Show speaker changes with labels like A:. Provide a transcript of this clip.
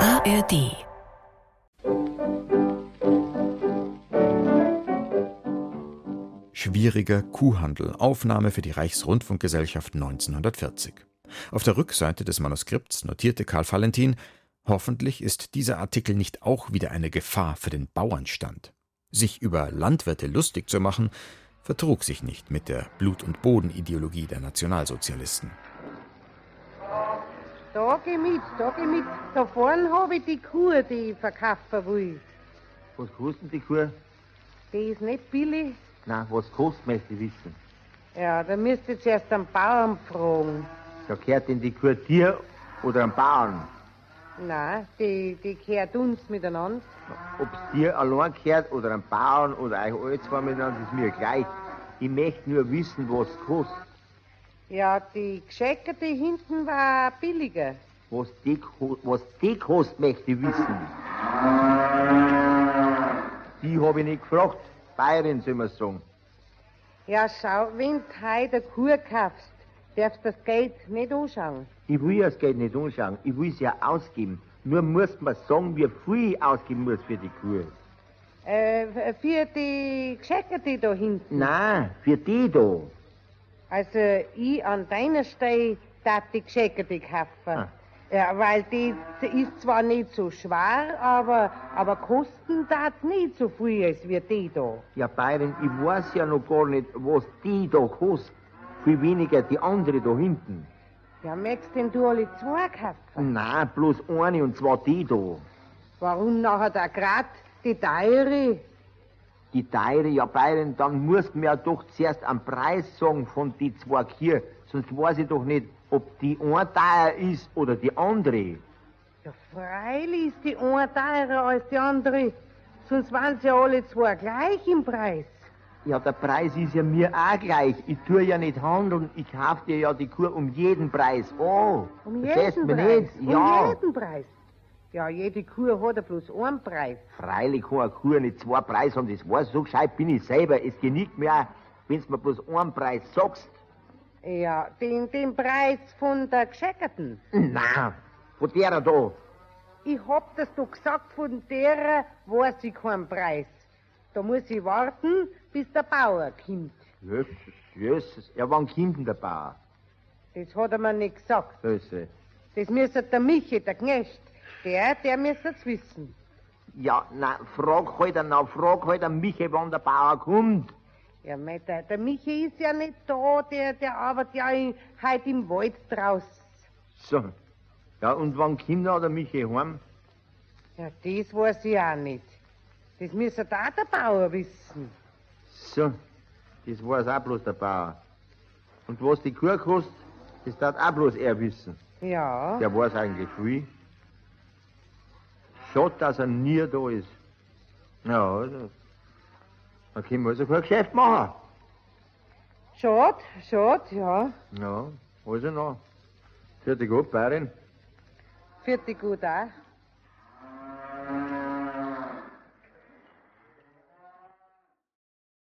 A: ARD.
B: Schwieriger Kuhhandel. Aufnahme für die Reichsrundfunkgesellschaft 1940. Auf der Rückseite des Manuskripts notierte Karl Valentin, hoffentlich ist dieser Artikel nicht auch wieder eine Gefahr für den Bauernstand. Sich über Landwirte lustig zu machen, vertrug sich nicht mit der Blut- und Bodenideologie der Nationalsozialisten.
C: Da geh mit, da geh mit. Da vorne habe ich die Kuh, die ich verkaufen will.
D: Was kostet die Kuh?
C: Die ist nicht billig.
D: Na, was kostet, möchte ich wissen.
C: Ja, da müsst ihr zuerst einen Bauern fragen.
D: Da gehört denn die Kuh dir oder einem Bauern?
C: Nein, die, die gehört uns miteinander.
D: Ob's dir allein gehört oder einem Bauern oder euch alle zwei miteinander, ist mir gleich. Ich möchte nur wissen, was kostet.
C: Ja, die gescheckerte hinten war billiger.
D: Was die, ko- was die kostet, möchte ich wissen. Die habe ich nicht gefragt. Bayern soll man sagen.
C: Ja, schau, wenn du heute eine Kuh kaufst, darfst du das Geld nicht anschauen.
D: Ich will das Geld nicht anschauen. Ich will es ja ausgeben. Nur muss man sagen, wie viel ich ausgeben muss für die Kuh.
C: Äh, für die gescheckerte da hinten.
D: Nein, für die da.
C: Also, ich an deiner Stelle darf die gescheckerte kaufen.
D: Ah.
C: Ja, weil die z- ist zwar nicht so schwer, aber, aber kosten darf nicht so viel als wir die da.
D: Ja, Bayern, ich weiß ja noch gar nicht, was die da kostet. Viel weniger die andere da hinten.
C: Ja, möchtest denn du alle zwei kaufen?
D: Nein, bloß eine und zwar die da.
C: Warum nachher da grad die teure?
D: Die teure, ja Bayern, dann musst mir ja doch zuerst einen Preis sagen von die zwei hier. Sonst weiß ich doch nicht, ob die eine teuer ist oder die andere.
C: Ja, freilich ist die eine teurer als die andere. Sonst waren sie ja alle zwei gleich im Preis.
D: Ja, der Preis ist ja mir auch gleich. Ich tue ja nicht handeln. Ich kauf dir ja die Kur um jeden Preis. Oh,
C: Um
D: verstehst
C: jeden
D: mich
C: Preis.
D: nicht?
C: Um
D: Ja,
C: jeden Preis. Ja, jede Kuh hat ja bloß einen Preis.
D: freilich kann eine Kur nicht zwei Preise haben. Das weiß, so gescheit bin ich selber. Es genügt mir auch, wenn's mir bloß einen Preis sagst.
C: Ja, den, den Preis von der Gescheckerten.
D: Na, von derer da.
C: Ich hab das doch gesagt, von derer weiß ich keinen Preis. Da muss ich warten, bis der Bauer kommt.
D: Jesus, Jesus. Ja, wann kommt denn der Bauer?
C: Das hat er mir nicht gesagt.
D: Böse.
C: Das müsste der Michi, der Knecht. Der, der müsste es wissen.
D: Ja, na, frag halt dann, na, frag halt an mich, wann der Bauer kommt.
C: Ja, mei, der, der Michi ist ja nicht da, der, der arbeitet ja in, halt im Wald draußen.
D: So. Ja, und wann kommt da der Michi heim?
C: Ja, das weiß ich auch nicht. Das müsste da der Bauer wissen.
D: So, das weiß auch bloß der Bauer. Und was die Kuh kostet, das darf auch bloß er wissen.
C: Ja.
D: Der weiß eigentlich viel. Schade, dass er nie da ist. Ja, also. Dann können wir also kein Geschäft machen.
C: Schade, schade, ja.
D: Ja, also noch. Fertig ab, Bayern.
C: Vierte gut auch.